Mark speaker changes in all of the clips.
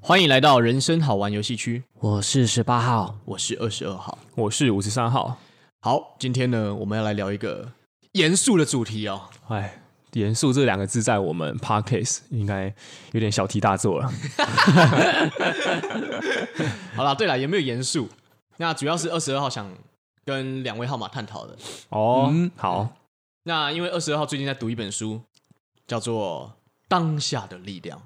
Speaker 1: 欢迎来到人生好玩游戏区，
Speaker 2: 我是十八号，
Speaker 1: 我是二十二号。
Speaker 3: 我是五十三号。
Speaker 1: 好，今天呢，我们要来聊一个严肃的主题哦。
Speaker 3: 哎，严肃这两个字在我们 podcast 应该有点小题大做了。
Speaker 1: 好啦，对了，也没有严肃，那主要是二十二号想跟两位号码探讨的。
Speaker 3: 哦，
Speaker 2: 嗯
Speaker 3: 好，
Speaker 1: 那因为二十二号最近在读一本书，叫做《当下的力量》。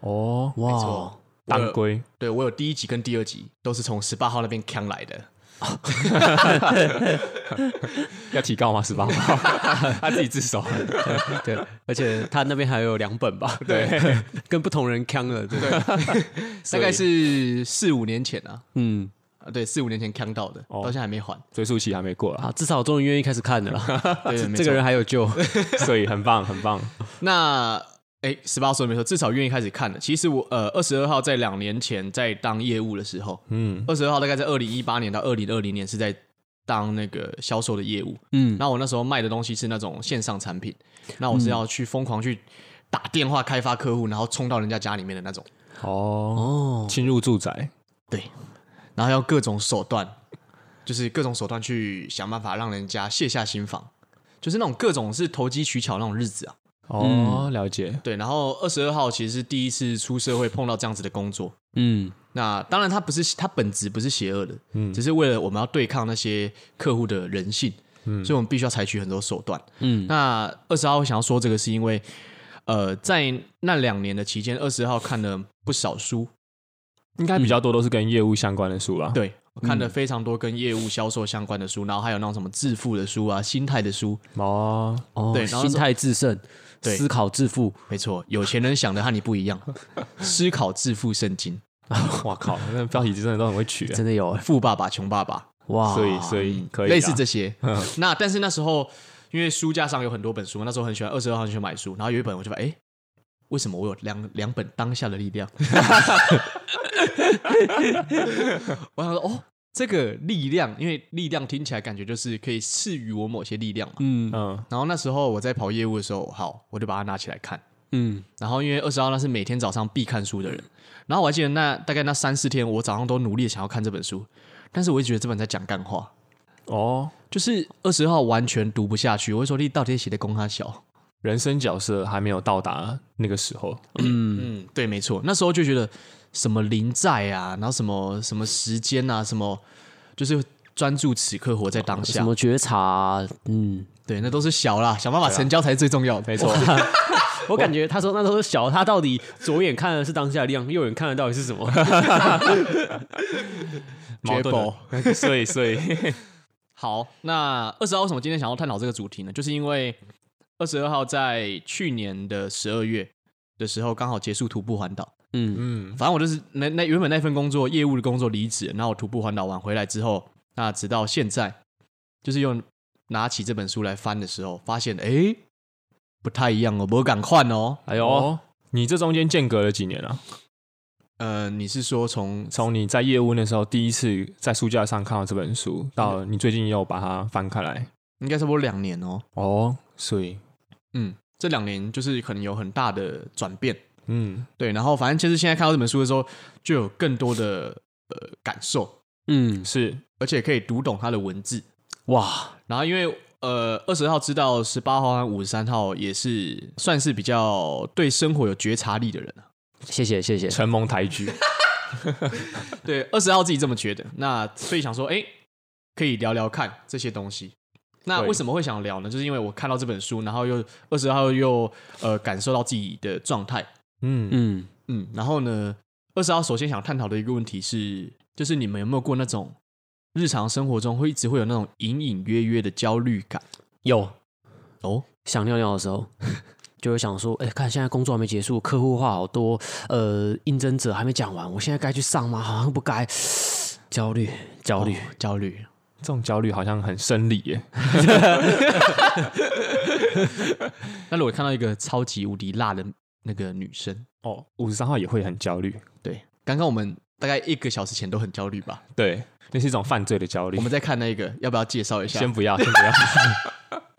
Speaker 3: 哦，
Speaker 2: 哇
Speaker 1: 没错
Speaker 2: 哦，
Speaker 1: 我
Speaker 3: 当
Speaker 1: 有
Speaker 3: 归
Speaker 1: 对我有第一集跟第二集都是从十八号那边扛来的。
Speaker 3: 要提高吗？十八 号，他自己自首。
Speaker 2: 对，而且他那边还有两本吧？对， 跟不同人坑了，对，
Speaker 1: 大概是四五年前啊，
Speaker 2: 嗯，哦
Speaker 1: 啊对，四五年前扛到的，到现在还没还。
Speaker 3: 追溯期还没过啊啦，
Speaker 2: 好，至少我终于愿意开始看了 啦。
Speaker 1: 对，没
Speaker 2: 这
Speaker 1: 错
Speaker 2: 个人还有救，
Speaker 3: 所以很棒，很棒。
Speaker 1: 那哎，十八说的没错，至少愿意开始看了。其实我呃，二十二号在两年前在当业务的时候，嗯，二十二号大概在二零一八年到二零二零年是在当那个销售的业务。
Speaker 2: 嗯，
Speaker 1: 那我那时候卖的东西是那种线上产品，那我是要去疯狂去打电话开发客户，然后冲到人家家里面的那种，
Speaker 3: 哦，侵入住宅，
Speaker 1: 对，然后要各种手段，就是各种手段去想办法让人家卸下心防，就是那种各种是投机取巧那种日子啊。
Speaker 2: 嗯
Speaker 3: 哦，了解。
Speaker 1: 对，然后二十二号其实是第一次出社会碰到这样子的工作。
Speaker 2: 嗯，
Speaker 1: 那当然，他不是他本质不是邪恶的，只是为了我们要对抗那些客户的人性，所以我们必须要采取很多手段。嗯，那二十号会想要说这个，是因为呃，在那两年的期间，二十号看了不少书，
Speaker 3: 应该比较多都是跟业务相关的书啦。，
Speaker 1: 对，我看了非常多跟业务销售相关的书，然后还有那种什么致富的书啊、心态的书，
Speaker 3: 哦，
Speaker 2: 哦，
Speaker 1: 对然后那时候
Speaker 2: 心态制胜，
Speaker 1: 对
Speaker 2: 思考致富，
Speaker 1: 没错，有钱人想的和你不一样， 《思考致富圣经》、
Speaker 3: 哇靠，那标题真的都很会取，啊
Speaker 2: 真的有哎，
Speaker 1: 《富爸爸穷爸爸》。
Speaker 2: 哇，
Speaker 3: 所以所以可以
Speaker 1: 啊
Speaker 3: 啦啊
Speaker 1: 类似这 些。那但是那时候因为书架上有很多本书，那时候很喜欢二十二号很喜欢买书，然后有一本我就发现，哎、为什么我有两两本当下的力 量？我想说，哦，这个力量，因为力量听起来感觉就是可以赐予我某些力量嘛。
Speaker 2: 嗯
Speaker 3: 嗯，
Speaker 1: 然后那时候我在跑业务的时候，好，我就把它拿起来看。
Speaker 2: 嗯，
Speaker 1: 然后因为二十号那是每天早上必看书的人，然后我还记得那大概那三四天，我早上都努力地想要看这本书，但是我一直觉得这本在讲干话。
Speaker 3: 哦，
Speaker 1: 就是二十号完全读不下去，我会说你到底写的公他小？
Speaker 3: 人生角色还没有到达那个时候，
Speaker 1: 嗯，对，没错，那时候就觉得什么临在啊，然后什么什么时间啊，什么就是专注此刻，活在当
Speaker 2: 什
Speaker 1: 下，
Speaker 2: 么觉察啊，嗯，
Speaker 1: 对，那都是小啦，想办法成交才是最重要的。
Speaker 3: 啊没错，
Speaker 2: 我感觉他说那时候小，他到底左眼看的是当下的力量，右眼看的到底是什么？
Speaker 3: 矛盾的， 所以所以
Speaker 1: 好，那二十号为什么今天想要探讨这个主题呢？就是因为二十二号在去年的十二月的时候，刚好结束徒步环岛，
Speaker 2: 嗯
Speaker 1: 反正我就是那那原本那份工作业务的工作离职，然后我徒步环岛完回来之后，那直到现在，就是用拿起这本书来翻的时候，发现哎、诶不太一样哦，我敢换哦。
Speaker 3: 哎呦，你这中间间隔了几年啊？
Speaker 1: 呃，你是说从
Speaker 3: 从你在业务那时候第一次在书架上看到这本书，到你最近又把它翻开来，
Speaker 1: 应该差不多两年哦？
Speaker 3: 哦，所以
Speaker 1: 嗯，这两年就是可能有很大的转变，
Speaker 3: 嗯，
Speaker 1: 对。然后反正其实现在看到这本书的时候，就有更多的呃感受，
Speaker 2: 嗯，
Speaker 3: 是
Speaker 1: 而且可以读懂它的文字。
Speaker 2: 哇，
Speaker 1: 然后因为呃，二十号知道十八号和五十三号也是算是比较对生活有觉察力的人啊。
Speaker 2: 谢谢谢谢，
Speaker 3: 承蒙抬举，
Speaker 1: 对，二十号自己这么觉得，那所以想说，哎，可以聊聊看这些东西。那
Speaker 3: 对
Speaker 1: 为什么会想聊呢？就是因为我看到这本书，然后又二十号又呃感受到自己的状态，
Speaker 3: 嗯，
Speaker 2: 嗯
Speaker 1: 嗯，然后呢，二十号首先想探讨的一个问题是，就是你们有没有过那种日常生活中会一直会有那种隐隐约约的焦虑感？
Speaker 2: 有
Speaker 1: 哦，
Speaker 2: 想尿尿的时候，就会想说，哎、看现在工作还没结束，客户话好多，呃，应征者还没讲完，我现在该去上吗？好像不该，焦虑，焦虑，
Speaker 1: 哦焦虑，
Speaker 3: 这种焦虑好像很生理耶，
Speaker 1: 但是我看到一个超级无敌辣的那个女生，
Speaker 3: 哦，五十三号也会很焦虑，
Speaker 1: 对，刚刚我们大概一个小时前都很焦虑吧？
Speaker 3: 对， 那是一种犯罪的焦虑
Speaker 1: 我，们在看那个，要不要介绍一下？
Speaker 3: 先不要，先不要，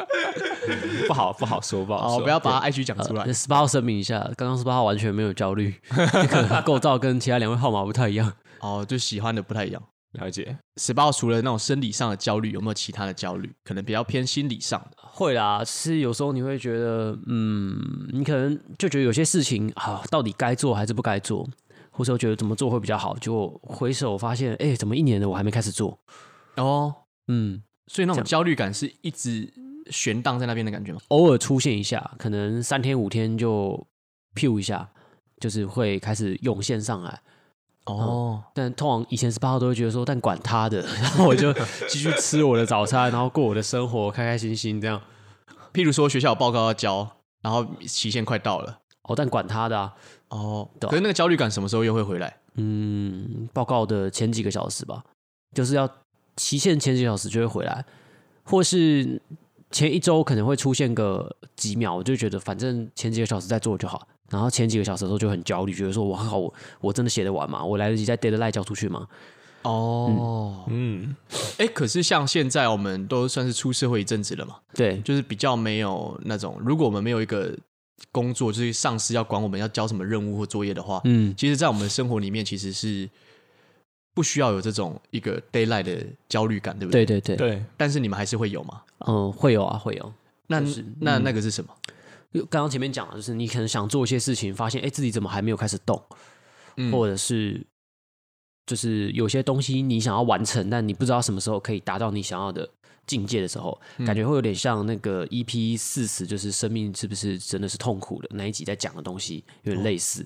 Speaker 3: 不好不好说，不好
Speaker 1: 好，
Speaker 3: 说。
Speaker 1: 哦不要把 IG 讲出来。
Speaker 2: 十八号声明一下，刚刚十八号完全没有焦虑，这个构造跟其他两位号码不太一样。
Speaker 1: 哦，就喜欢的不太一样。
Speaker 3: 了解，
Speaker 1: 十八号除了那种生理上的焦虑，有没有其他的焦虑？可能比较偏心理上的。
Speaker 2: 会啦，是有时候你会觉得，嗯，你可能就觉得有些事情啊，到底该做还是不该做，或者觉得怎么做会比较好，结果回首发现，哎、怎么一年了我还没开始做？
Speaker 1: 哦，
Speaker 2: 嗯，
Speaker 1: 所以那
Speaker 2: 这
Speaker 1: 种
Speaker 2: 样
Speaker 1: 焦虑感是一直悬荡在那边的感觉吗？
Speaker 2: 偶尔出现一下，可能三天五天就 Q 一下，就是会开始涌现上来。嗯
Speaker 1: 哦，
Speaker 2: 但通常以前十八号都会觉得说，但管他的， 然后我就继续吃我的早餐，然后过我的生活，开开心心这样。
Speaker 1: 譬如说学校有报告要交，然后期限快到了。
Speaker 2: 哦，但管他的、啊，
Speaker 1: 哦，
Speaker 2: 对啊
Speaker 1: 可是那个焦虑感什么时候又会回来？
Speaker 2: 嗯，报告的前几个小时吧，就是要期限前几个小时就会回来，或是前一周可能会出现个几秒，我就觉得反正前几个小时再做就好。然后前几个小时的时候就很焦虑，觉得说我靠，我我真的写得完吗？我来得及在 deadline 交出去吗？
Speaker 1: 哦，
Speaker 3: 嗯，
Speaker 1: 哎、可是像现在我们都算是出社会一阵子了嘛，
Speaker 2: 对，
Speaker 1: 就是比较没有那种，如果我们没有一个工作，就是上司要管我们要交什么任务或作业的话，
Speaker 2: 嗯，
Speaker 1: 其实，在我们的生活里面，其实是不需要有这种一个 d a y l i g h t 的焦虑感，对不
Speaker 2: 对
Speaker 1: 对？
Speaker 2: 对对，
Speaker 3: 对，
Speaker 1: 但是你们还是会有嘛？
Speaker 2: 嗯，会有啊，会有。
Speaker 1: 那、
Speaker 2: 就是
Speaker 1: 那
Speaker 2: 嗯
Speaker 1: 那个是什么？
Speaker 2: 刚刚前面讲了，就是你可能想做一些事情，发现哎、诶自己怎么还没有开始动，
Speaker 1: 嗯
Speaker 2: 或者是就是有些东西你想要完成，但你不知道什么时候可以达到你想要的境界的时候，感
Speaker 1: 嗯
Speaker 2: 觉会有点像那个 EP 四十，就是生命是不是真的是痛苦的那一集在讲的东西，有点类似。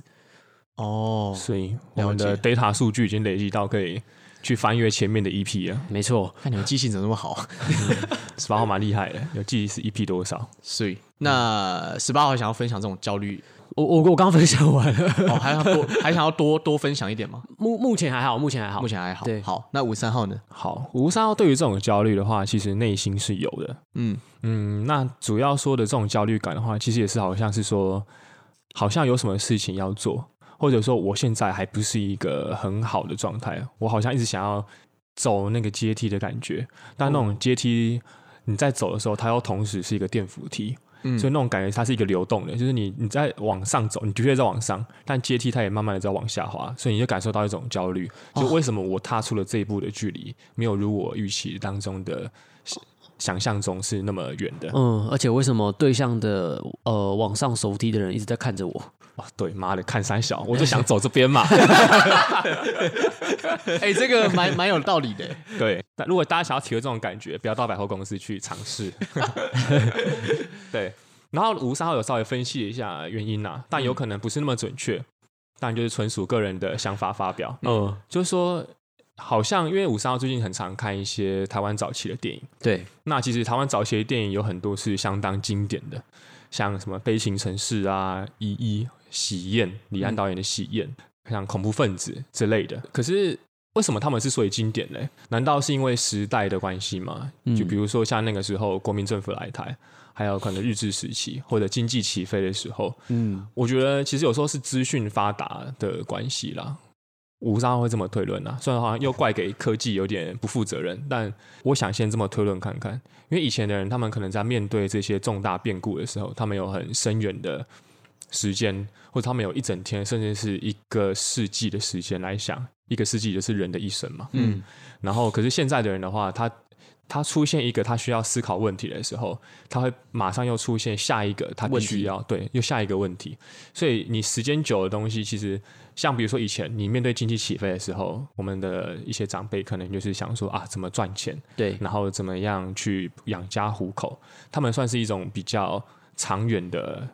Speaker 1: 哦，
Speaker 3: 所以我们
Speaker 1: 了
Speaker 3: 的 data 数据已经累积到可以去翻阅前面的 EP 了。
Speaker 2: 没错，
Speaker 1: 看你们记性怎么那么好，
Speaker 3: 十八号蛮厉害的，有记是 EP 多少？
Speaker 1: 所以那十八号想要分享这种焦虑，
Speaker 2: 我我我刚分享完了，
Speaker 1: 哦，还要多还想要多多分享一点吗？
Speaker 2: 目目前还好，目前还好，
Speaker 1: 目前还 好，
Speaker 2: 对
Speaker 1: 好，那五三号呢？
Speaker 3: 好，五十三号对于这种焦虑的话，其实内心是有的。
Speaker 1: 嗯，
Speaker 3: 嗯，那主要说的这种焦虑感的话，其实也是好像是说，好像有什么事情要做，或者说我现在还不是一个很好的状态，我好像一直想要走那个阶梯的感觉，但那种阶梯你在走的时候，它又同时是一个电扶梯。
Speaker 1: 嗯
Speaker 3: 所以那种感觉它是一个流动的，就是你你在往上走，你的确在往上，但阶梯它也慢慢的在往下滑，所以你就感受到一种焦虑，就为什么我踏出了这一步的距离，没有如我预期当中的想想象中是那么远的。
Speaker 2: 嗯，而且为什么对象的呃往上手梯的人一直在看着我？
Speaker 3: 哦，对，妈的，看三小，我就想走这边嘛。
Speaker 1: 哎、这个蛮蛮有道理的，
Speaker 3: 对，那如果大家想要体会这种感觉，不要到百货公司去尝试。对，然后吴三号有稍微分析一下原因呐、但有可能不是那么准确，但就是纯属个人的想法发表。
Speaker 2: 嗯，
Speaker 3: 就是说，好像因为五三号最近很常看一些台湾早期的电影，
Speaker 2: 对，
Speaker 3: 那其实台湾早期的电影有很多是相当经典的，像什么《悲情城市》啊、《一一》、《喜宴》，李安导演的《喜宴》像《恐怖分子》之类的。可是为什么他们之所以经典呢？难道是因为时代的关系吗？
Speaker 2: 嗯
Speaker 3: 就比如说像那个时候国民政府来台，还有可能日治时期或者经济起飞的时候，
Speaker 2: 嗯，
Speaker 3: 我觉得其实有时候是资讯发达的关系啦。五三会这么推论啊，虽然好像又怪给科技有点不负责任，但我想先这么推论看看，因为以前的人他们可能在面对这些重大变故的时候，他们有很深远的时间，或者他们有一整天，甚至是一个世纪的时间来想，一个世纪就是人的一生嘛。
Speaker 1: 嗯，
Speaker 3: 然后可是现在的人的话，他他出现一个他需要思考问题的时候，他会马上又出现下一个他必须要对又下一个问题，所以你时间久的东西，其实像比如说以前你面对经济起飞的时候，我们的一些长辈可能就是想说啊怎么赚钱，
Speaker 2: 对，
Speaker 3: 然后怎么样去养家糊口，他们算是一种比较长远的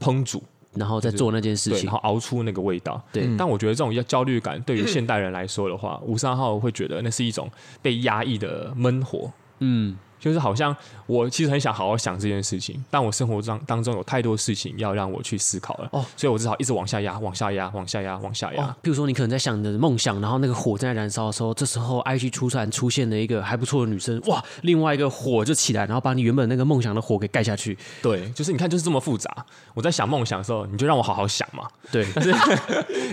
Speaker 3: 烹煮，
Speaker 2: 然后再做那件事
Speaker 3: 对，
Speaker 2: 情
Speaker 3: 然，后熬出那个味道。
Speaker 2: 对
Speaker 3: 但我觉得这种焦虑感对于现代人来说的话，五三号会觉得那是一种被压抑的闷火。
Speaker 2: 嗯，
Speaker 3: 就是好像我其实很想好好想这件事情，但我生活当当中有太多事情要让我去思考了，
Speaker 2: 哦
Speaker 3: 哦，所以我只好一直往下压，往下压，往下压，往下压。
Speaker 2: 哦，譬如说你可能在想你的梦想，然后那个火正在燃烧的时候，这时候 IG 出产出现了一个还不错的女生，哇，另外一个火就起来，然后把你原本那个梦想的火给盖下去。
Speaker 3: 对，就是你看，就是这么复杂。我在想梦想的时候，你就让我好好想嘛。
Speaker 2: 对
Speaker 3: 但是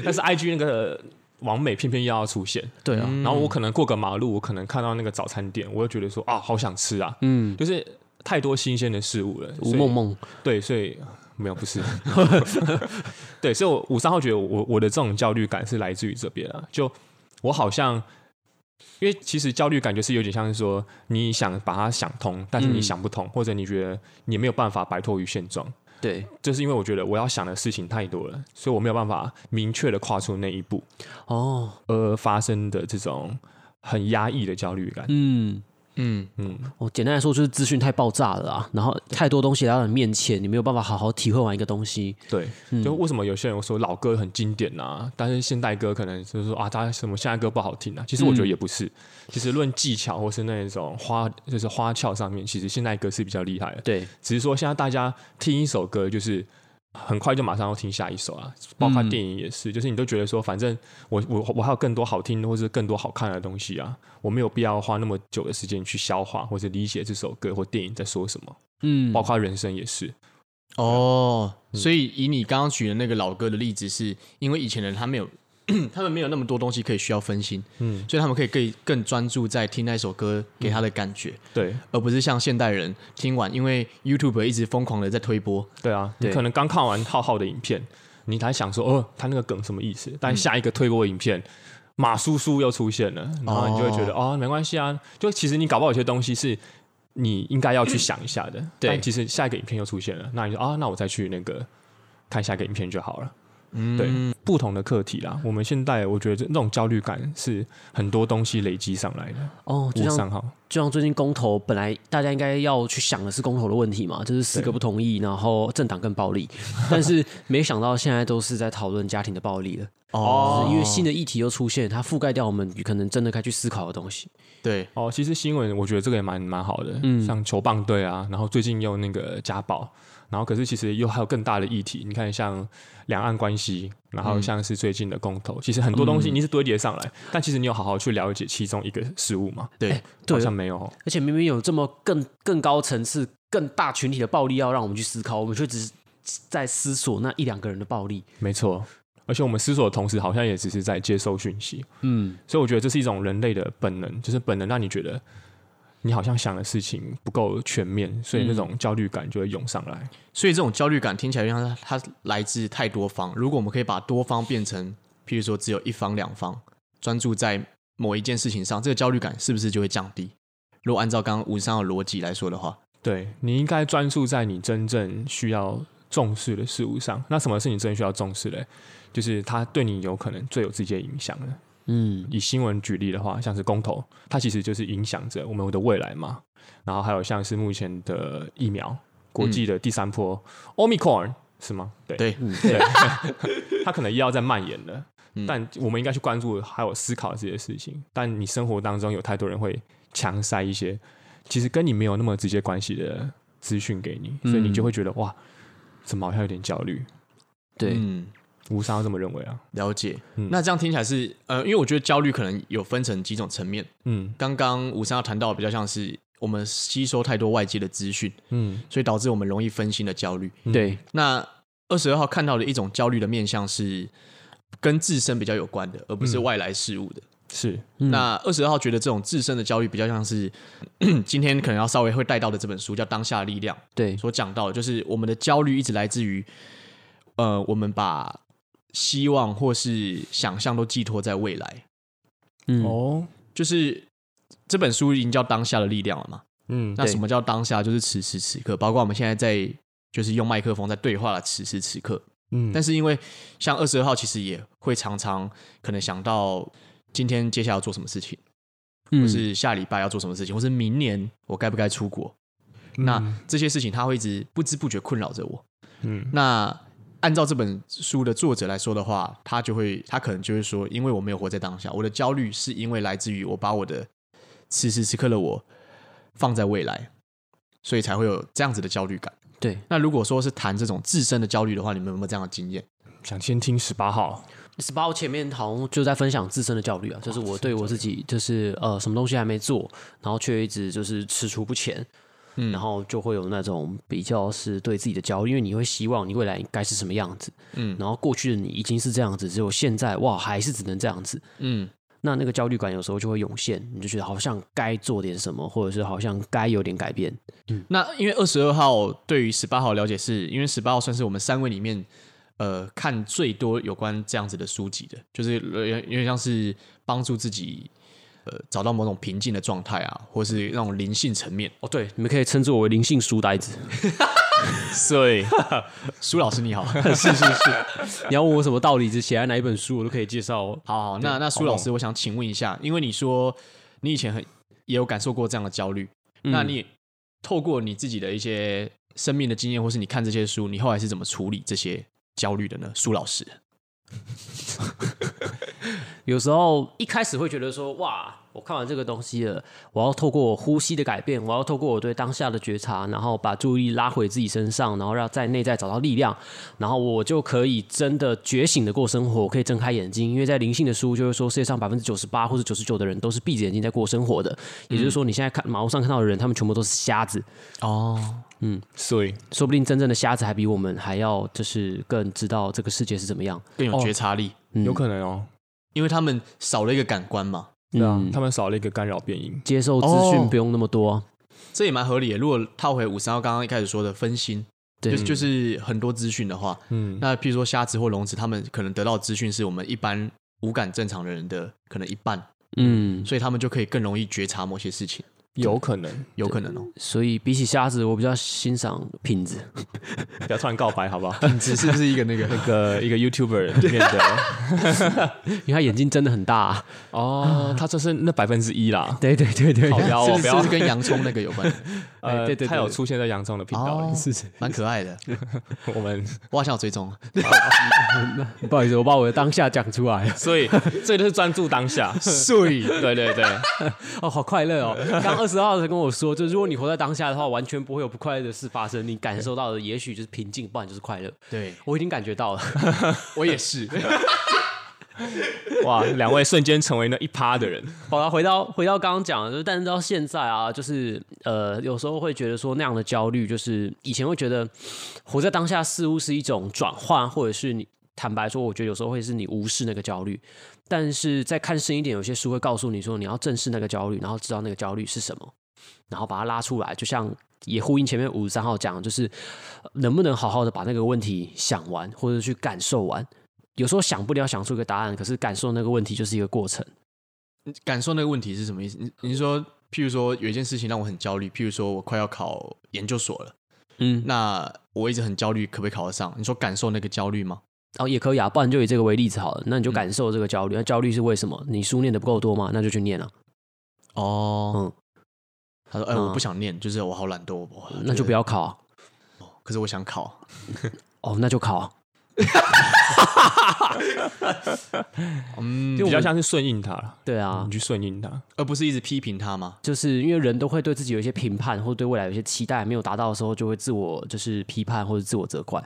Speaker 3: 但是 IG 那个完美偏偏又要出现，
Speaker 2: 对啊，
Speaker 3: 然后我可能过个马路，我可能看到那个早餐店，我就觉得说啊，好想吃啊，嗯，就是。太多新鲜的事物了。
Speaker 2: 吴
Speaker 3: 所以
Speaker 2: 梦梦，
Speaker 3: 对，所以没有 不是， 对，所以我五三号觉得我我的这种焦虑感是来自于这边啊，就我好像。因为其实焦虑感觉是有点像是说，你想把它想通，但是你
Speaker 2: 嗯
Speaker 3: 想不通，或者你觉得你没有办法摆脱于现状，
Speaker 2: 对，
Speaker 3: 就是因为我觉得我要想的事情太多了，所以我没有办法明确的跨出那一步，
Speaker 2: 哦，
Speaker 3: 而发生的这种很压抑的焦虑感。
Speaker 2: 嗯，
Speaker 1: 嗯，
Speaker 2: 哦，简单来说就是资讯太爆炸了啊，然后太多东西来到你面前，你没有办法好好体会完一个东西。
Speaker 3: 对，就为什么有些人说老歌很经典啊，但是现代歌可能就是说啊，大家什么现代歌不好听啊？其实我觉得也不是，其实论技巧或是那种花就是花俏上面，其实现代歌是比较厉害的。
Speaker 2: 对，
Speaker 3: 只是说现在大家听一首歌就是。很快就马上要听下一首啊，包括电影也是，就是你都觉得说，反正我我我还有更多好听或是更多好看的东西啊，我没有必要花那么久的时间去消化或是理解这首歌或电影在说什么，
Speaker 2: 嗯
Speaker 3: 包括人生也是，
Speaker 1: 哦，所以以你刚刚举的那个老哥的例子是，因为以前的人他没有， 他们没有那么多东西可以需要分心，
Speaker 3: 嗯，
Speaker 1: 所以他们可以更更专注在听那首歌给他的感觉，
Speaker 3: 对
Speaker 1: 而不是像现代人听完，因为 YouTube 一直疯狂的在推播，
Speaker 3: 对啊，你
Speaker 2: 对
Speaker 3: 可能刚看完浩浩的影片，你才想说，哦，他那个梗什么意思？但下一个推播影片，马叔叔又出现了，然后你就会觉得，哦没关系啊，就其实你搞不好有些东西是你应该要去想一下的，
Speaker 1: 对
Speaker 3: 但其实下一个影片又出现了，那你就啊，那我再去那个看下一个影片就好了。嗯，对，不同的课题啦。我们现在我觉得这种焦虑感是很多东西累积上来的。
Speaker 2: 哦，就
Speaker 3: 五
Speaker 2: 像
Speaker 3: 三号，
Speaker 2: 就像最近公投，本来大家应该要去想的是公投的问题嘛，就是四个不同意，然后政党更暴力，但是没想到现在都是在讨论家庭的暴力了，
Speaker 1: 哦
Speaker 2: 就是因为新的议题又出现，它覆盖掉我们可能真的该去思考的东西。
Speaker 1: 对，
Speaker 3: 哦，其实新闻我觉得这个也蛮蛮好的，像球棒队啊，然后最近又那个家暴，然后可是其实又还有更大的议题，你看像两岸关系，然后像是最近的公投，其实很多东西你是堆叠上来，但其实你有好好去了解其中一个事物吗？
Speaker 1: 对，
Speaker 3: 好
Speaker 2: 对，
Speaker 3: 像没有哦，
Speaker 2: 而且明明有这么更更高层次、更大群体的暴力要让我们去思考，我们却只是在思索那一两个人的暴力。
Speaker 3: 没错。而且我们思索的同时，好像也只是在接收讯息，
Speaker 2: 嗯，
Speaker 3: 所以我觉得这是一种人类的本能，就是本能让你觉得你好像想的事情不够全面，所以那种焦虑感就会涌上来。
Speaker 1: 所以这种焦虑感听起来就像它它来自太多方，如果我们可以把多方变成，譬如说只有一方两方，专注在某一件事情上，这个焦虑感是不是就会降低？如果按照刚刚吴三的逻辑来说的话，
Speaker 3: 对你应该专注在你真正需要重视的事物上。那什么是你真正需要重视的？就是它对你有可能最有直接影响的。
Speaker 2: 嗯，
Speaker 3: 以新闻举例的话，像是公投，它其实就是影响着我们的未来嘛。然后还有像是目前的疫苗，国际的第三波、Omicron 是吗？对
Speaker 1: 对
Speaker 3: 对，它可能又要在蔓延了。
Speaker 1: 嗯
Speaker 3: 但我们应该去关注还有思考这些事情。但你生活当中有太多人会强塞一些其实跟你没有那么直接关系的资讯给你，所以
Speaker 1: 嗯
Speaker 3: 你就会觉得哇，怎么好像有点焦虑？
Speaker 2: 对，
Speaker 1: 嗯，
Speaker 3: 无伤这么认为啊？
Speaker 1: 了解。
Speaker 3: 嗯
Speaker 1: 那这样听起来是呃，因为我觉得焦虑可能有分成几种层面。
Speaker 3: 嗯
Speaker 1: 刚刚吴三要谈到的比较像是我们吸收太多外界的资讯，
Speaker 3: 嗯，
Speaker 1: 所以导致我们容易分心的焦虑。
Speaker 3: 嗯
Speaker 2: 对，
Speaker 1: 那二十二号看到的一种焦虑的面向是跟自身比较有关的，而不是外来事物的。
Speaker 3: 是
Speaker 2: 嗯
Speaker 1: 那二十二号觉得这种自身的焦虑比较像是 今天可能要稍微会带到的这本书叫《当下力量》
Speaker 2: 对，
Speaker 1: 所讲到的，就是我们的焦虑一直来自于呃，我们把希望或是想象都寄托在未来，
Speaker 2: 嗯，
Speaker 3: 哦，
Speaker 1: 就是。这本书已经叫当下的力量了嘛？
Speaker 3: 嗯
Speaker 1: 那
Speaker 2: 对
Speaker 1: 什么叫当下？就是此时此刻，包括我们现在在就是用麦克风在对话的此时此刻。
Speaker 3: 嗯
Speaker 1: 但是因为像二十二号，其实也会常常可能想到今天接下来要做什么事情，
Speaker 2: 嗯
Speaker 1: 或是下礼拜要做什么事情，或是明年我该不该出国？
Speaker 2: 嗯
Speaker 1: 那这些事情它会一直不知不觉困扰着我。
Speaker 3: 嗯
Speaker 1: 那按照这本书的作者来说的话，他就会他可能就会说，因为我没有活在当下，我的焦虑是因为来自于我把我的此时此刻的我放在未来，所以才会有这样子的焦虑感。
Speaker 2: 对，
Speaker 1: 那如果说是谈这种自身的焦虑的话，你们有没有这样的经验？
Speaker 3: 想先听十八号，
Speaker 2: 十八号前面好像就在分享自身的焦虑啊，就是我对我自己就是呃什么东西还没做，然后却一直就是踟蹰不前，
Speaker 1: 嗯
Speaker 2: 然后就会有那种比较是对自己的焦虑，因为你会希望你未来该是什么样子，
Speaker 1: 嗯
Speaker 2: 然后过去的你已经是这样子，只有现在哇还是只能这样子，
Speaker 1: 嗯，
Speaker 2: 那那个焦虑感有时候就会涌现，你就觉得好像该做点什么，或者是好像该有点改变。
Speaker 1: 那因为二十二号对于十八号了解是，因为十八号算是我们三位里面，呃，看最多有关这样子的书籍的，就是呃有有点像是帮助自己，呃，找到某种平静的状态啊，或是那种灵性层面。
Speaker 2: 哦，对，你们可以称之我为灵性书呆子。
Speaker 1: 所以， 苏老师你 好，
Speaker 2: 是是是， 你要问我什么道理，只写在哪一本书，我都可以介绍哦。
Speaker 1: 好好，那那苏老师，我想请问一下，因为你说你以前很也有感受过这样的焦虑，
Speaker 2: 嗯
Speaker 1: 那你透过你自己的一些生命的经验，或是你看这些书，你后来是怎么处理这些焦虑的呢？苏老师，
Speaker 2: 有时候一开始会觉得说，哇，我看完这个东西了，我要透过我呼吸的改变，我要透过我对当下的觉察，然后把注意力拉回自己身上，然后让在内在找到力量，然后我就可以真的觉醒的过生活，我可以睁开眼睛。因为在灵性的书就会说，世界上百分之九十八或者九十九的人都是闭着眼睛在过生活的，也就是说，你现在看马路上看到的人，他们全部都是瞎子。嗯
Speaker 1: 哦，
Speaker 3: 所以
Speaker 2: 说不定真正的瞎子还比我们还要，就是更知道这个世界是怎么样。
Speaker 1: 更
Speaker 2: 嗯
Speaker 1: 有觉察力，
Speaker 3: 有可能
Speaker 1: 嗯
Speaker 3: 哦，
Speaker 1: 因为他们少了一个感官嘛，
Speaker 3: 对啊
Speaker 2: 嗯，
Speaker 3: 他们少了一个干扰变音，
Speaker 2: 接受资
Speaker 1: 哦
Speaker 2: 讯不用那么多啊、
Speaker 1: 这也蛮合理的。如果套回五三幺刚刚一开始说的分心，
Speaker 2: 对
Speaker 1: 就就是很多资讯的话，
Speaker 3: 嗯，
Speaker 1: 那譬如说瞎子或聋子，他们可能得到的资讯是我们一般无感正常的人的可能一半，
Speaker 2: 嗯，
Speaker 1: 所以他们就可以更容易觉察某些事情，
Speaker 3: 有可能，
Speaker 1: 有可能哦。
Speaker 2: 所以比起瞎子，我比较欣赏品子。
Speaker 3: 不要突然告白 好不好？
Speaker 1: 只 是不是一个那个
Speaker 3: 那个一个 YouTuber 里面的
Speaker 2: 因为他眼睛真的很大、啊。
Speaker 3: 哦，他这是那百分之一 啦，
Speaker 2: 对对对对
Speaker 3: 好妖
Speaker 1: 是
Speaker 3: 哦，
Speaker 1: 不
Speaker 3: 不
Speaker 1: 是
Speaker 3: 要
Speaker 1: 是跟洋葱那个有 关的？
Speaker 2: 哎
Speaker 3: 呃
Speaker 2: 对对对
Speaker 3: 他有出现在洋葱的频道
Speaker 1: 哦是
Speaker 3: 里，
Speaker 1: 蛮可爱的，
Speaker 3: 我 们
Speaker 1: 我好像有追踪。哦
Speaker 2: 不好意思，我把我的当下讲出来了。
Speaker 3: 所以这就是专注当下，
Speaker 1: 对，
Speaker 3: 对对对，
Speaker 2: 哦，好快 乐哦！刚二十号才跟我说，就如果你活在当下的话，完全不会有不快乐的事发生。你感受到的也许就是平静，不然就是快乐。
Speaker 1: 对
Speaker 2: 我已经感觉到了。
Speaker 1: 我也是。
Speaker 3: 哇，两位瞬间成为那一趴的人，
Speaker 2: 好了，回到回到刚刚讲的，就是但是到现在啊，就是呃，有时候会觉得说那样的焦虑，就是以前会觉得活在当下似乎是一种转换，或者是你坦白说，我觉得有时候会是你无视那个焦虑，但是再看深一点，有些书会告诉你说你要正视那个焦虑，然后知道那个焦虑是什么，然后把它拉出来，就像。也呼应前面五十三号讲的，就是呃能不能好好的把那个问题想完，或者去感受完。有时候想不了，想出一个答案，可是感受那个问题就是一个过程。
Speaker 1: 感受那个问题是什么意思？你你是说，譬如说有一件事情让我很焦虑，譬如说我快要考研究所了，
Speaker 2: 嗯，
Speaker 1: 那我一直很焦虑，可不可以考得上？你说感受那个焦虑吗？
Speaker 2: 哦，也可以啊，不然就以这个为例子好了。那你就感受这个焦虑，那焦虑是为什么？你书念的不够多吗？那就去念啊，
Speaker 1: 哦，
Speaker 2: 嗯，
Speaker 1: 他说，哎，
Speaker 2: 嗯
Speaker 1: 我不想念，就是我好懒惰，我
Speaker 2: 那就不。要考啊、
Speaker 1: 可是我想考，
Speaker 2: 哦，那就考啊、
Speaker 1: 嗯，
Speaker 3: 比较像是顺应他了，
Speaker 2: 对啊
Speaker 3: 你，去顺应他，
Speaker 1: 而不是一直批评他吗？
Speaker 2: 就是因为人都会对自己有一些评判，或对未来有一些期待，没有达到的时候，就会自我就是批判或者自我责怪，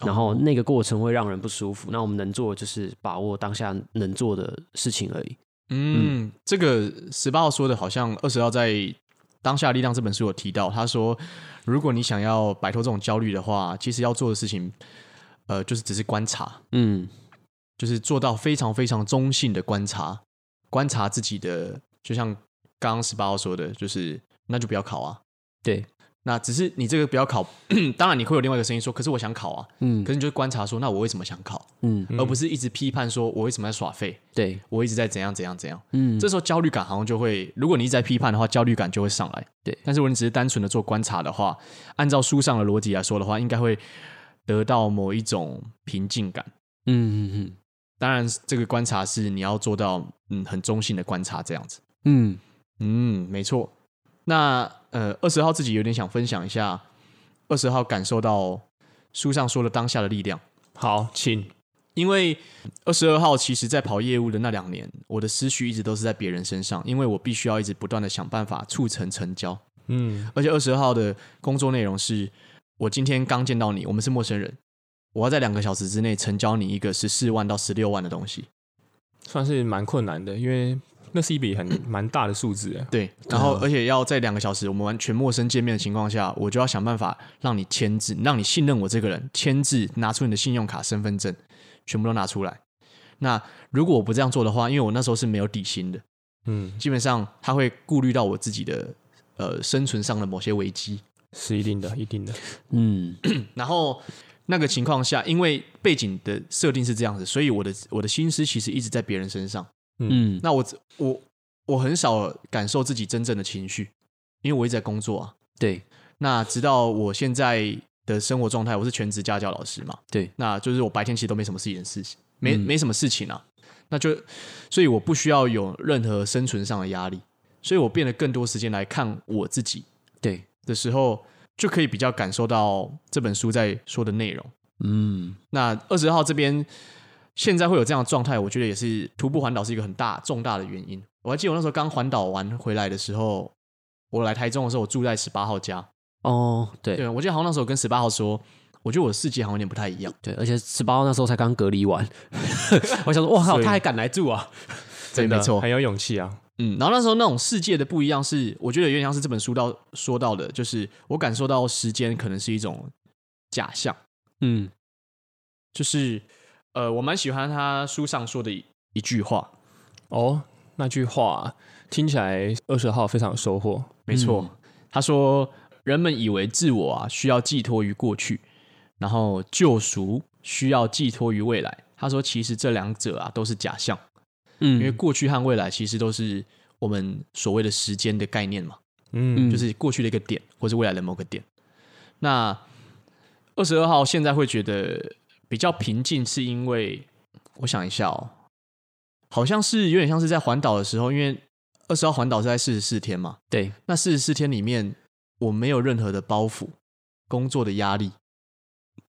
Speaker 2: 然后那个过程会让人不舒服。那我们能做的就是把握当下能做的事情而已。
Speaker 1: 嗯，这个十八号说的，好像二十号在《当下力量》这本书有提到，他说，如果你想要摆脱这种焦虑的话，其实要做的事情，呃，就是只是观察，
Speaker 2: 嗯，
Speaker 1: 就是做到非常非常中性的观察，观察自己的，就像刚刚十八号说的，就是那就不要考啊。
Speaker 2: 对，
Speaker 1: 那只是你这个不要考， 当然你会有另外一个声音说，可是我想考啊，
Speaker 2: 嗯
Speaker 1: 可是你就观察说，那我为什么想考，
Speaker 2: 嗯，
Speaker 1: 而不是一直批判说我为什么在耍废，
Speaker 2: 对，
Speaker 1: 我一直在怎样怎样怎样。
Speaker 2: 嗯，
Speaker 1: 这时候焦虑感好像就会，如果你一直在批判的话，焦虑感就会上来。
Speaker 2: 对
Speaker 1: 但是如果你只是单纯的做观察的话，按照书上的逻辑来说的话，应该会得到某一种平静感。
Speaker 2: 嗯嗯嗯
Speaker 1: 当然，这个观察是你要做到，嗯，很中性的观察这样子。
Speaker 2: 嗯，
Speaker 1: 嗯，没错。那呃，二十号自己有点想分享一下，二十号感受到书上说的当下的力量。
Speaker 3: 好，请
Speaker 1: 因为二十二号，其实在跑业务的那两年，我的思绪一直都是在别人身上，因为我必须要一直不断的想办法促成成交。
Speaker 3: 嗯
Speaker 1: 而且二十二号的工作内容是：我今天刚见到你，我们是陌生人，我要在两个小时之内成交你一个十四万到十六万的东西。
Speaker 3: 算是蛮困难的，因为那是一笔很蛮大的数字哎，
Speaker 1: 对，然后而且要在两个小时我们完全陌生见面的情况下，我就要想办法让你签字，让你信任我这个人，签字拿出你的信用卡、身份证，全部都拿出来。那如果我不这样做的话，因为我那时候是没有底薪的，
Speaker 3: 嗯，
Speaker 1: 基本上他会顾虑到我自己的呃生存上的某些危机。
Speaker 3: 是一定的，一定的。
Speaker 2: 嗯，
Speaker 1: 然后那个情况下，因为背景的设定是这样子，所以我的我的心思其实一直在别人身上。
Speaker 2: 嗯，
Speaker 1: 那我我我很少感受自己真正的情绪，因为我一直在工作啊。
Speaker 2: 对，
Speaker 1: 那直到我现在的生活状态，我是全职家教老师嘛，
Speaker 2: 对，
Speaker 1: 那就是我白天其实都没什么事情的事情，没、
Speaker 2: 嗯
Speaker 1: 没什么事情啊，那就所以我不需要有任何生存上的压力，所以我变得更多时间来看我自己
Speaker 2: 对，
Speaker 1: 的时候，就可以比较感受到这本书在说的内容。
Speaker 2: 嗯，
Speaker 1: 那二十号这边现在会有这样的状态，我觉得也是徒步环岛是一个很大重大的原因。我还记得我那时候刚环岛完回来的时候，我来台中的时候，我住在十八号家。
Speaker 2: 哦，对
Speaker 1: 对，我记得好像那时候跟十八号说，我觉得我的世界好像有点不太一样。
Speaker 2: 对，而且十八号那时候才刚隔离完，我想说，哇靠，
Speaker 3: 所以
Speaker 2: 他还敢来 住啊？
Speaker 1: 对，没错
Speaker 3: 很。有勇气啊。
Speaker 1: 嗯，然后那时候那种世界的不一样是，我觉得有点像是这本书到说到的，就是我感受到时间可能是一种假象，
Speaker 2: 嗯
Speaker 1: 就是呃，我蛮喜欢他书上说的一一句话，
Speaker 3: 哦，那句话听起来二十号非常有收获。
Speaker 1: 没错，他说人们以为自我啊需要寄托于过去，然后救赎需要寄托于未来。他说其实这两者啊都是假象，因为
Speaker 2: 嗯，
Speaker 1: 过去和未来其实都是我们所谓的时间的概念嘛，
Speaker 3: 嗯，
Speaker 1: 就是过去的一个点，或是未来的某个点。那二十二号现在会觉得比较平静，是因为我想一下哦，好像是有点像是在环岛的时候，因为二十号环岛是在四十四天嘛，
Speaker 2: 对，
Speaker 1: 那四十四天里面，我没有任何的包袱，工作的压力，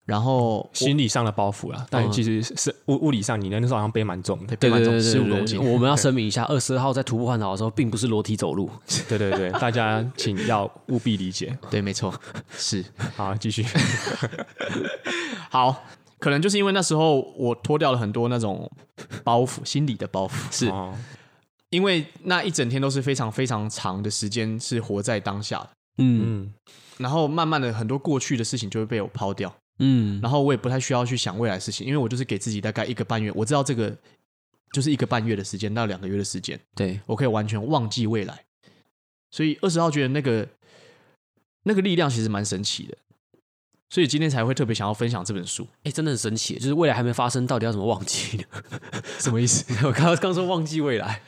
Speaker 1: 然后我
Speaker 3: 心理上的包袱啦，但其实是物物理上，你那时候好像背 蛮重的。
Speaker 1: 对
Speaker 2: 对
Speaker 1: 蛮
Speaker 2: 对
Speaker 1: 重
Speaker 2: 对
Speaker 1: 15
Speaker 2: 对
Speaker 1: 公
Speaker 2: 对
Speaker 1: 斤
Speaker 2: 对，我们要声明一下，二十二号在徒步环岛的时候，并不是裸体走路，
Speaker 3: 对对对， 大家请要务必理解。
Speaker 1: 对，没错， 是
Speaker 3: 好，继续。
Speaker 1: 好，可能就是因为那时候我脱掉了很多那种包袱，心理的包袱，是
Speaker 3: 哦
Speaker 1: 因为那一整天都是非常非常长的时间是活在当下的，
Speaker 2: 嗯
Speaker 3: 嗯，
Speaker 1: 然后慢慢的很多过去的事情就会被我抛掉，
Speaker 2: 嗯，
Speaker 1: 然后我也不太需要去想未来的事情，因为我就是给自己大概一个半月，我知道这个就是一个半月的时间到两个月的时间。
Speaker 2: 对，
Speaker 1: 我可以完全忘记未来。所以二十号觉得那个那个力量其实蛮神奇的，所以今天才会特别想要分享这本书。
Speaker 2: 哎，真的很神奇，就是未来还没发生，到底要怎么忘记呢？
Speaker 1: 什么意思？
Speaker 2: 我刚刚说忘记未来，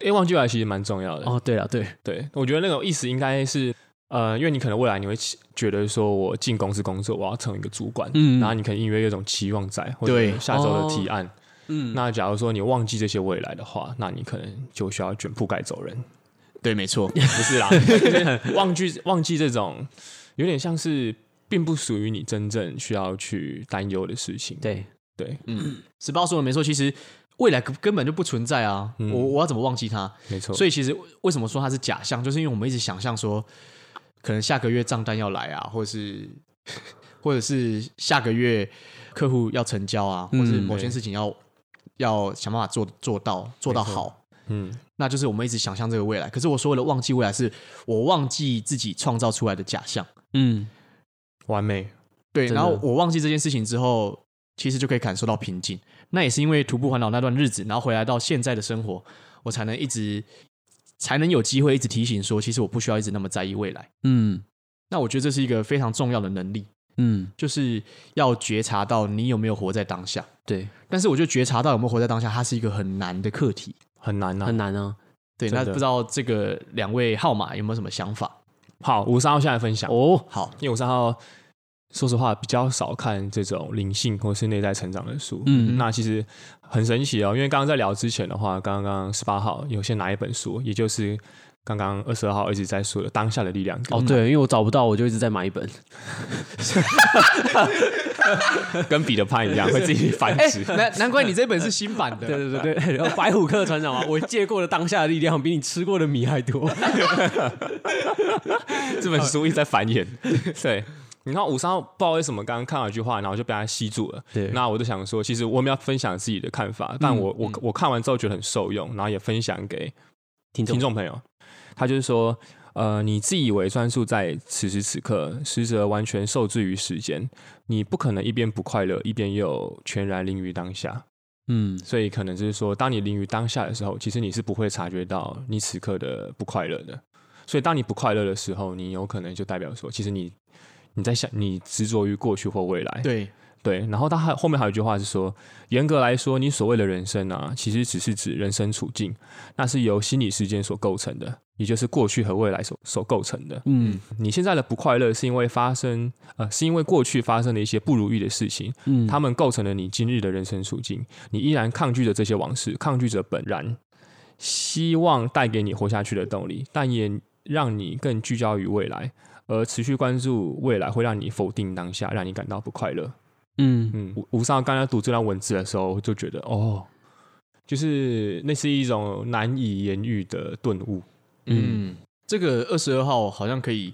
Speaker 3: 因为忘记未来其实蛮重要的。
Speaker 2: 哦，对了，对，
Speaker 3: 对，我觉得那种意思应该是，呃，因为你可能未来你会期觉得说，我进公司工作，我要成为一个主管，
Speaker 2: 嗯
Speaker 3: 然后你可能隐约有一种期望在，或者
Speaker 1: 对
Speaker 3: 下周的提案。
Speaker 2: 嗯，
Speaker 3: 那假如说你忘记这些未来的话，那你可能就需要卷铺盖走人。
Speaker 1: 对，没错，
Speaker 3: 不是 啦，就是忘记忘记这种，有点像是并不属于你真正需要去担忧的事情。
Speaker 2: 对，嗯
Speaker 3: 对，
Speaker 1: 十八说的没错，其实未来根根本就不存在啊！
Speaker 3: 嗯
Speaker 1: 我我要怎么忘记它？
Speaker 3: 没错。
Speaker 1: 所
Speaker 3: 以
Speaker 1: 以其实为什么说它是假象，就是因为我们一直想象说，可能下个月账单要来啊，或者是或者是下个月客户要成交啊，或者是
Speaker 2: 嗯
Speaker 1: 某件
Speaker 3: 对
Speaker 1: 事情要、要想办法做做到做到
Speaker 3: 没错
Speaker 1: 好。
Speaker 3: 嗯，
Speaker 1: 那就是我们一直想象这个未来。可是我所谓的忘记未来，是我忘记自己创造出来的假象。
Speaker 2: 嗯，
Speaker 3: 完美。
Speaker 1: 对，
Speaker 2: 真的
Speaker 1: 然后我忘记这件事情之后，其实就可以感受到平静。那也是因为徒步环岛那段日子，然后回来到现在的生活，我才能一直才能有机会一直提醒说，其实我不需要一直那么在意未来。
Speaker 2: 嗯，
Speaker 1: 那我觉得这是一个非常重要的能力，
Speaker 2: 嗯，
Speaker 1: 就是要觉察到你有没有活在当下。
Speaker 2: 对，
Speaker 1: 但是我就觉察到有没有活在当下，它是一个很难的课题。
Speaker 3: 很难呐、
Speaker 2: 很难啊。
Speaker 1: 对，
Speaker 3: 真
Speaker 1: 那
Speaker 3: 的
Speaker 1: 不知道这个两位号码有没有什么想法？
Speaker 3: 好，五三号下来分享，
Speaker 2: 哦，
Speaker 1: 好，
Speaker 3: 因为五三号说实话比较少看这种灵性或是内在成长的书。
Speaker 2: 嗯
Speaker 3: 那其实很神奇哦，因为刚刚在聊之前的话，刚刚十八号有先拿一本书，也就是刚刚二十二号一直在说的《当下的力量》
Speaker 2: 哦，对，因为我找不到，我就一直在买一本。
Speaker 3: 跟彼得潘 一样会自
Speaker 2: 哎
Speaker 3: 己繁殖。
Speaker 1: 难难怪你这本是新版的，
Speaker 2: 对对对，然后白虎克船长嘛，我借过的当下的力量比你吃过的米还多。
Speaker 3: 这本书一
Speaker 2: 哦
Speaker 3: 直在繁衍。 对，你看五三号不知道为什么刚刚看到一句话，然后就被他吸住了。
Speaker 2: 对嗯
Speaker 3: 那我就想说，其实我们要分享自己的看法，但我、我我看完之后觉得很受用，然后也分享给
Speaker 2: 听
Speaker 3: 听众朋友。他就是说，呃，你自以为专注在此时此刻，实则完全受制于时间。你不可能一边不快乐，一边又全然淋于当下。
Speaker 2: 嗯
Speaker 3: 所以可能就是说，当你临于当下的时候，其实你是不会察觉到你此刻的不快乐的。所以，当你不快乐的时候，你有可能就代表说，其实你你在想，你执着于过去或未来。
Speaker 1: 对，
Speaker 3: 对，然后他还后面还有一句话是说，严格来说，你所谓的人生啊，其实只是指人生处境，那是由心理事件所构成的，也就是过去和未来所所构成的。
Speaker 2: 嗯
Speaker 3: 你现在的不快乐是因为发生，呃，是因为过去发生的一些不如意的事情，
Speaker 2: 嗯，
Speaker 3: 他们构成了你今日的人生处境，你依然抗拒着这些往事，抗拒着本然，希望带给你活下去的动力，但也让你更聚焦于未来，而持续关注未来会让你否定当下，让你感到不快乐。
Speaker 2: 嗯
Speaker 3: 嗯，吴吴少刚才读这段文字的时候，就觉得哦，就是那是一种难以言喻的顿悟。
Speaker 2: 嗯
Speaker 1: 嗯，这个二十二号好像可以，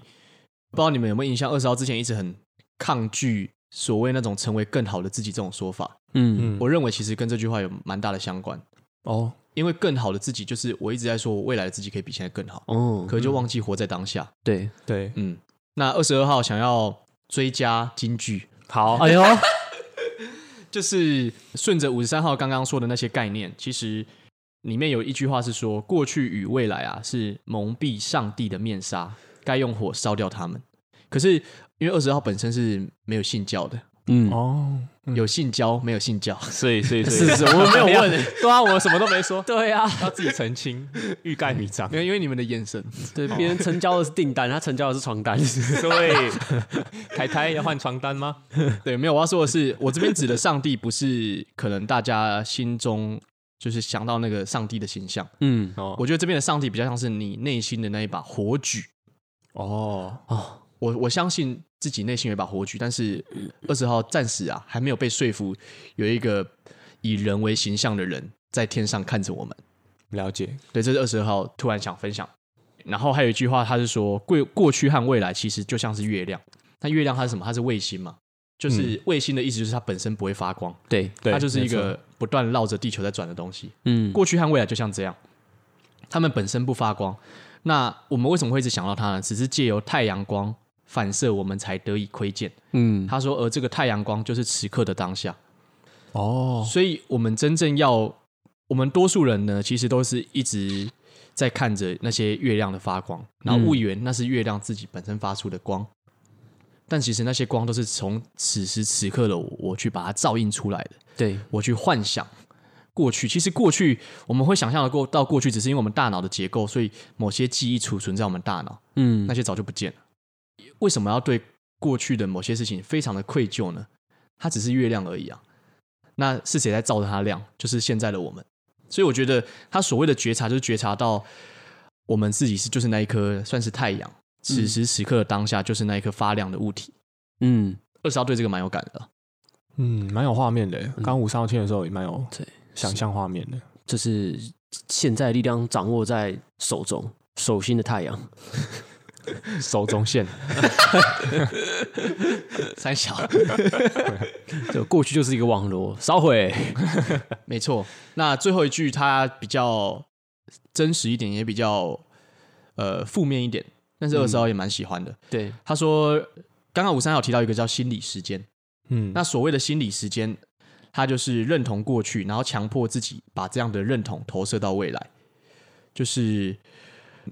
Speaker 1: 不知道你们有没有印象？二十号之前一直很抗拒所谓那种成为更好的自己这种说法，
Speaker 2: 嗯
Speaker 3: 嗯，
Speaker 1: 我认为其实跟这句话有蛮大的相关，
Speaker 3: 哦，
Speaker 1: 因为更好的自己就是我一直在说，我未来的自己可以比现在更好，
Speaker 2: 哦，
Speaker 1: 可就忘记活在当下。
Speaker 2: 对，
Speaker 3: 对，
Speaker 1: 嗯，那二十二号想要追加金句，
Speaker 3: 好，
Speaker 2: 哎 呦，
Speaker 1: 就是顺着五十三号刚刚说的那些概念，其实里面有一句话是说，过去与未来啊是蒙蔽上帝的面纱，该用火烧掉他们。可是因为二十号本身是没有信教的，
Speaker 2: 嗯，
Speaker 3: 哦，
Speaker 1: 有信教没有信教，
Speaker 3: 所以，所以，
Speaker 2: 是
Speaker 3: 所以，
Speaker 2: 是，我没 有问，
Speaker 3: 对啊，我什么都没说，
Speaker 2: 哎对啊，
Speaker 3: 要自己澄清， 欲盖弥 彰
Speaker 1: 没。 有因为你们的眼神，
Speaker 2: 对，别人成交的是订单，他成交的是床单，
Speaker 3: 所以，凯凯要换床单吗？
Speaker 1: 对，没有我要说的是，我这边指的上帝不是可能大家心中就是想到那个上帝的形象，
Speaker 2: 嗯，
Speaker 3: 哦，
Speaker 1: 我觉得这边的上帝比较像是你内心的那一把火炬。
Speaker 3: 哦，
Speaker 2: 哦，
Speaker 1: 我我相信自己内心有一把火炬，但是二十号暂时啊还没有被说服，有一个以人为形象的人在天上看着我们。
Speaker 3: 了解。
Speaker 1: 对，这是二十号突然想分享。然后还有一句话，他是说过过去和未来其实就像是月亮，那月亮它是什么？它是卫星嘛，就是卫星的意思就是它本身不会发光，
Speaker 2: 对，
Speaker 3: 嗯对
Speaker 1: 它就是一
Speaker 3: 没
Speaker 1: 个不断绕着地球在转的东西。
Speaker 2: 嗯，
Speaker 1: 过去和未来就像这样，它们本身不发光。那我们为什么会一直想到它呢？只是借由太阳光反射，我们才得以窥见。
Speaker 2: 嗯，
Speaker 1: 他说，而这个太阳光就是此刻的当下。
Speaker 3: 错哦，
Speaker 1: 所以，我们真正要，我们多数人呢，其实都是一直在看着那些月亮的发光，然后误以为那是月亮自己本身发出的光。但其实那些光都是从此时此刻的我我去把它照映出来的。
Speaker 2: 对，
Speaker 1: 我去幻想过去。其实过去我们会想象的过到过去，只是因为我们大脑的结构，所以某些记忆储存在我们大脑，
Speaker 2: 嗯
Speaker 1: 那，些早就不见了。为什么要对过去的某些事情非常的愧疚呢？它只是月亮而已啊。那是谁在照着它亮？就是现在的我们。所以我觉得他所谓的觉察，就是觉察到我们自己是就是那一颗算是太阳，此时此刻的当下就是那一颗发亮的物体。
Speaker 2: 嗯，
Speaker 1: 二十号对这个蛮有感的啊，
Speaker 3: 嗯，蛮有画面的。刚刚五三号听的时候也蛮有
Speaker 2: 对
Speaker 3: 想象画面的。
Speaker 2: 就是现在力量掌握在手中，手心的太阳，
Speaker 3: 手中 线，
Speaker 1: 三小。
Speaker 2: 就过去就是一个网罗，烧毁，
Speaker 1: 没错，那最后一句它比较真实一点，也比较呃负面一点，但是二十号也蛮喜欢的。
Speaker 2: 对，
Speaker 1: 他说，刚刚五三有提到一个叫心理时间，
Speaker 3: 嗯，
Speaker 1: 那所谓的心理时间，它就是认同过去，然后强迫自己把这样的认同投射到未来。就是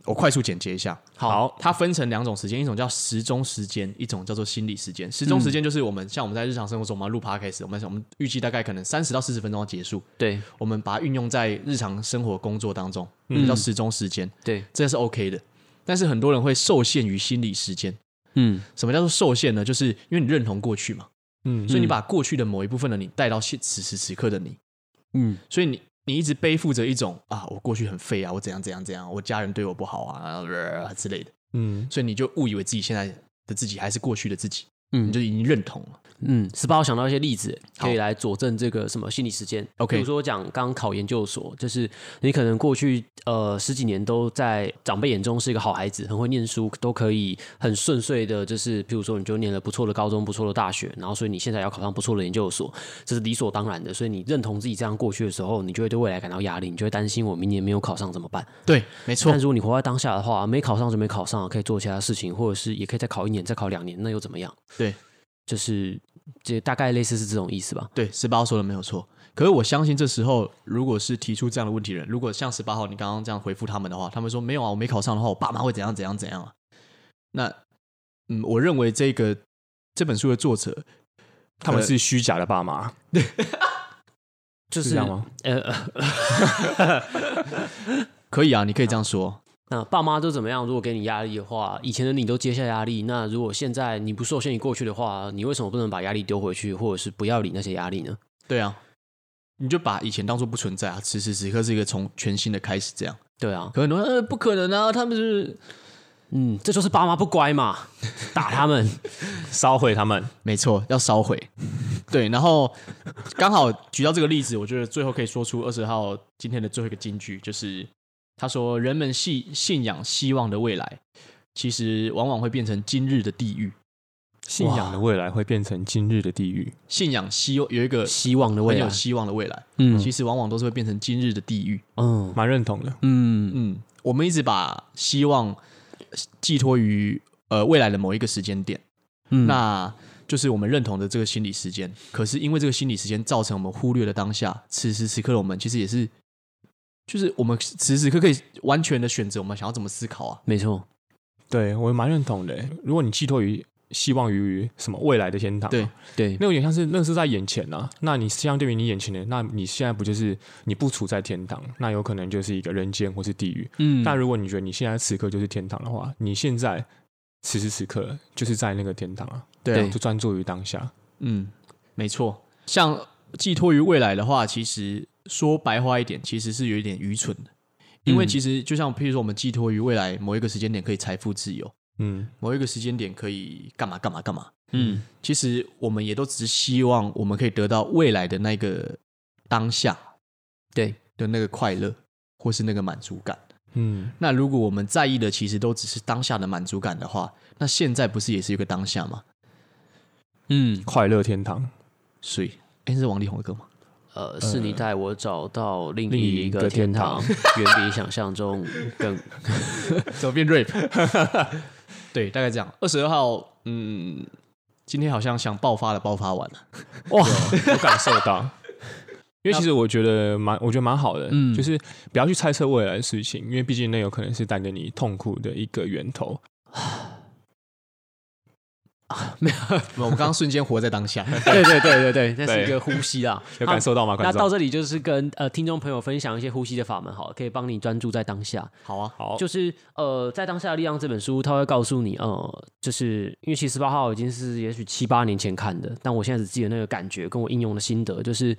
Speaker 1: 我快速简介一下，
Speaker 3: 好，
Speaker 1: 它分成两种时间，一种叫时钟时间，一种叫做心理时间。时钟时间就是我们、像我们在日常生活中，我们要录 podcast，我们我们预计大概可能三十到四十分钟要结束。
Speaker 2: 对，
Speaker 1: 我们把它运用在日常生活工作当中，
Speaker 3: 嗯
Speaker 1: 比较时钟时间，
Speaker 2: 对，
Speaker 1: 这是 OK 的。但是很多人会受限于心理时间。
Speaker 2: 嗯，
Speaker 1: 什么叫做受限呢？就是因为你认同过去嘛，
Speaker 3: 嗯
Speaker 1: 所以你把过去的某一部分的你带到现此时此刻的你，
Speaker 2: 嗯，
Speaker 1: 所以你你一直背负着一种啊，我过去很废啊，我怎样怎样怎样，我家人对我不好啊、呃之类的，
Speaker 3: 嗯，
Speaker 1: 所以你就误以为自己现在的自己还是过去的自己，
Speaker 2: 嗯
Speaker 1: 你就已经认同了。
Speaker 2: 嗯，十八号想到一些例子，
Speaker 1: 好
Speaker 2: 可以来佐证这个什么心理时间。
Speaker 1: OK
Speaker 2: 比如说讲刚考研究所，就是你可能过去呃十几年都在长辈眼中是一个好孩子，很会念书，都可以很顺遂的，就是譬如说你就念了不错的高中、不错的大学，然后所以你现在要考上不错的研究所，这是理所当然的。所以你认同自己这样过去的时候，你就会对未来感到压力，你就会担心我明年没有考上怎么办。
Speaker 1: 对，没错
Speaker 2: 但，如果你活在当下的话，没考上就没考上，可以做其他事情，或者是也可以再考一年、再考两年，那又怎么样？
Speaker 1: 对
Speaker 2: 就是这大概类似是这种意思吧。
Speaker 1: 对，十八号说的没有错，可是我相信这时候，如果是提出这样的问题的人，如果像十八号你刚刚这样回复他们的话，他们说没有啊，我没考上的话，我爸妈会怎样怎样怎样啊？那嗯，我认为这个这本书的作者
Speaker 3: 他们是虚假的爸妈，
Speaker 2: 就是是
Speaker 3: 这样吗？
Speaker 2: 呃，呃
Speaker 1: 可以啊，你可以这样说，
Speaker 2: 那爸妈都怎么样？如果给你压力的话，以前的你都接下压力，那如果现在你不受限于过去的话，你为什么不能把压力丢回去，或者是不要理那些压力呢？
Speaker 1: 对啊，你就把以前当做不存在啊，此时此刻是一个从全新的开始，这样。
Speaker 2: 对啊，
Speaker 1: 可能说呃不可能啊，他们是
Speaker 2: 嗯，这就是爸妈不乖嘛，打 他们。
Speaker 3: 烧毁他们。
Speaker 1: 没错，要烧毁。 对，然后刚好举到这个例子，我觉得最后可以说出二十号今天的最后一个金句，就是他说：“人们信信仰希望的未来，其实往往会变成今日的地狱。
Speaker 3: 信仰的未来会变成今日的地狱。
Speaker 1: 信仰希有一个
Speaker 2: 希望的未
Speaker 1: 很
Speaker 2: 来
Speaker 1: 有。希望的未来，
Speaker 2: 啊嗯
Speaker 1: 其实往往都是会变成今日的地狱。
Speaker 2: 嗯
Speaker 3: 蛮认同的，
Speaker 2: 嗯，
Speaker 1: 嗯，我们一直把希望寄托于呃未来的某一个时间点。”
Speaker 2: 嗯
Speaker 1: 那就是我们认同的这个心理时间。可是因为这个心理时间，造成我们忽略了当下，此时此刻的我们其实也是，就是我们此时此刻可以完全的选择我们想要怎么思考啊。
Speaker 2: 没错，
Speaker 3: 对我蛮认同的欸。如果你寄托于希望于什么未来的天堂，
Speaker 1: 对，
Speaker 2: 对，
Speaker 3: 那有点像是那是在眼前呐、啊那你相对于你眼前的，那你现在不就是你不处在天堂，那有可能就是一个人间或是地狱。
Speaker 2: 嗯
Speaker 3: 但如果你觉得你现在此刻就是天堂的话，你现在此时此刻就是在那个天堂啊，
Speaker 1: 对
Speaker 2: 对
Speaker 3: 就专注于当下。
Speaker 1: 嗯，没错。像寄托于未来的话，其实说白话一点，其实是有一点愚蠢的，因为
Speaker 2: 嗯
Speaker 1: 其实就像譬如说，我们寄托于未来某一个时间点可以财富自由，
Speaker 3: 嗯，
Speaker 1: 某一个时间点可以干嘛干嘛干嘛。
Speaker 2: 嗯
Speaker 1: 其实我们也都只是希望我们可以得到未来的那个当下，
Speaker 2: 对
Speaker 1: 的那个快乐或是那个满足感。
Speaker 3: 嗯，
Speaker 1: 那如果我们在意的其实都只是当下的满足感的话，那现在不是也是一个当下吗？
Speaker 2: 嗯
Speaker 3: 快乐天堂，
Speaker 1: 所以，哎，是王力宏的歌吗？
Speaker 2: 呃，是你带我找到另
Speaker 3: 另
Speaker 2: 一
Speaker 3: 一
Speaker 2: 个
Speaker 3: 个
Speaker 2: 天
Speaker 3: 天
Speaker 2: 堂， 远比想象中更
Speaker 1: 怎么变 rap？对， 大概这样。二十二号，嗯，今天好像想爆发的爆发完了。
Speaker 2: 哇，
Speaker 3: 我感受 到。因为其实我觉得蛮，我觉得蛮好的，
Speaker 2: 嗯
Speaker 3: 就是不要去猜测未来的事情，因为毕竟那有可能是带给你痛苦的一个源头。
Speaker 1: 我们刚刚瞬间活在当 下。
Speaker 2: 对对对对对，那是
Speaker 3: 对
Speaker 2: 一个呼吸啊，
Speaker 3: 有感受到吗？
Speaker 2: 好。
Speaker 3: 观
Speaker 2: 那
Speaker 3: 众
Speaker 2: 到这里就是跟呃听众朋友分享一些呼吸的法门，好了，可以帮你专注在当下。
Speaker 1: 好啊，
Speaker 3: 好，
Speaker 2: 就是呃，在《当下的力量》这本书，它会告诉你，呃，就是因为其实十八号已经是也许七八年前看的，但我现在只记得那个感觉跟我应用的心得，就是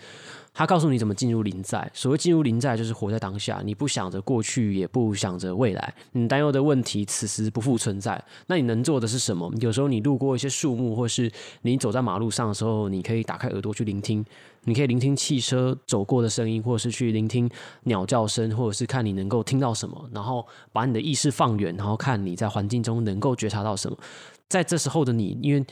Speaker 2: 它告诉你怎么进入临在。所谓进入临在，就是活在当下，你不想着过去，也不想着未来，你担忧的问题此时不复存在。那你能做的是什么？有时候你路过一些树木，或是你走在马路上的时候，你可以打开耳朵去聆听，你可以聆听汽车走过的声音，或者是去聆听鸟叫声，或者是看你能够听到什么，然后把你的意识放远，然后看你在环境中能够觉察到什么。在这时候的你，因为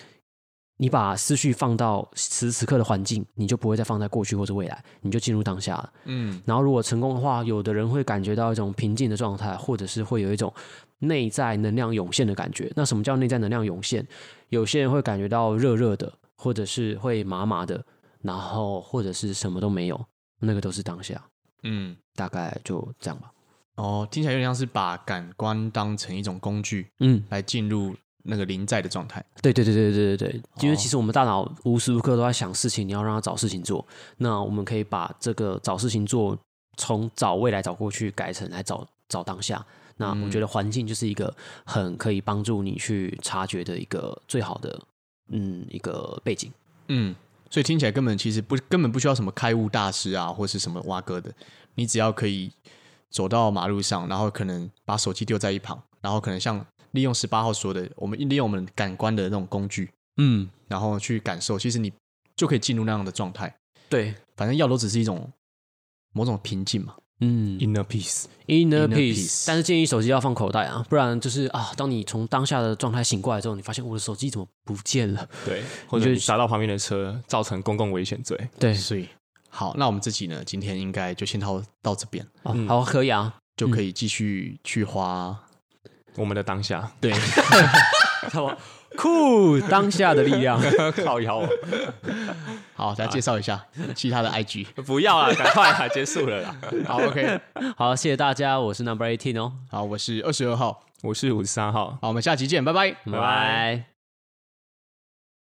Speaker 2: 你把思绪放到此时此刻的环境，你就不会再放在过去或者未来，你就进入当下了。
Speaker 1: 嗯，
Speaker 2: 然后如果成功的话，有的人会感觉到一种平静的状态，或者是会有一种内在能量涌现的感觉。那什么叫内在能量涌现？有些人会感觉到热热的，或者是会麻麻的，然后或者是什么都没有，那个都是当下。
Speaker 1: 嗯，
Speaker 2: 大概就这样吧。
Speaker 1: 哦，听起来有点像是把感官当成一种工具
Speaker 2: 嗯，
Speaker 1: 来进入那个临在的状态。
Speaker 2: 对对对对对对对，因为
Speaker 1: 哦
Speaker 2: 其实我们大脑无时无刻都在想事情，你要让它找事情做。那我们可以把这个找事情做，从找未来、找过去改成来找找当下。那我觉得环境就是一个很可以帮助你去察觉的一个最好的，嗯，一个背景。
Speaker 1: 嗯，所以听起来根本其实不根本不需要什么开悟大师啊，或是什么蛙哥的，你只要可以走到马路上，然后可能把手机丢在一旁，然后可能像利用十八号说的，我们利用我们感官的那种工具，
Speaker 2: 嗯，
Speaker 1: 然后去感受，其实你就可以进入那样的状态。
Speaker 2: 对，
Speaker 1: 反正要都只是一种某种平静嘛。
Speaker 2: 嗯
Speaker 3: inner peace，
Speaker 1: inner
Speaker 2: ，inner peace
Speaker 1: peace。
Speaker 2: 但是建议手机要放口袋啊，不然就是啊，当你从当下的状态醒过来之后，你发现我的手机怎么不见了？
Speaker 3: 对，或
Speaker 2: 你
Speaker 3: 者
Speaker 2: 就
Speaker 3: 你砸到旁边的车，造成公共危险罪。
Speaker 2: 对，
Speaker 1: 所以好，那我们这集呢，今天应该就先到到这边，
Speaker 2: 哦
Speaker 3: 嗯
Speaker 2: 好，可以啊。
Speaker 1: 就可以继续去花。
Speaker 3: 我们的 当下，
Speaker 1: 对，
Speaker 2: 什么酷当下的力量。
Speaker 3: 哦靠腰，
Speaker 1: 好，再介绍一下其他的 IG。
Speaker 3: 不要了，赶快啦，结束了啦。
Speaker 1: 好，OK，
Speaker 2: 好，谢谢大家，我是 Number Eighteen 哦，
Speaker 1: 好，我是二十二号，
Speaker 3: 我是五十三号，
Speaker 1: 好，我们下期见，拜拜。
Speaker 2: 拜
Speaker 3: 拜拜
Speaker 2: 拜。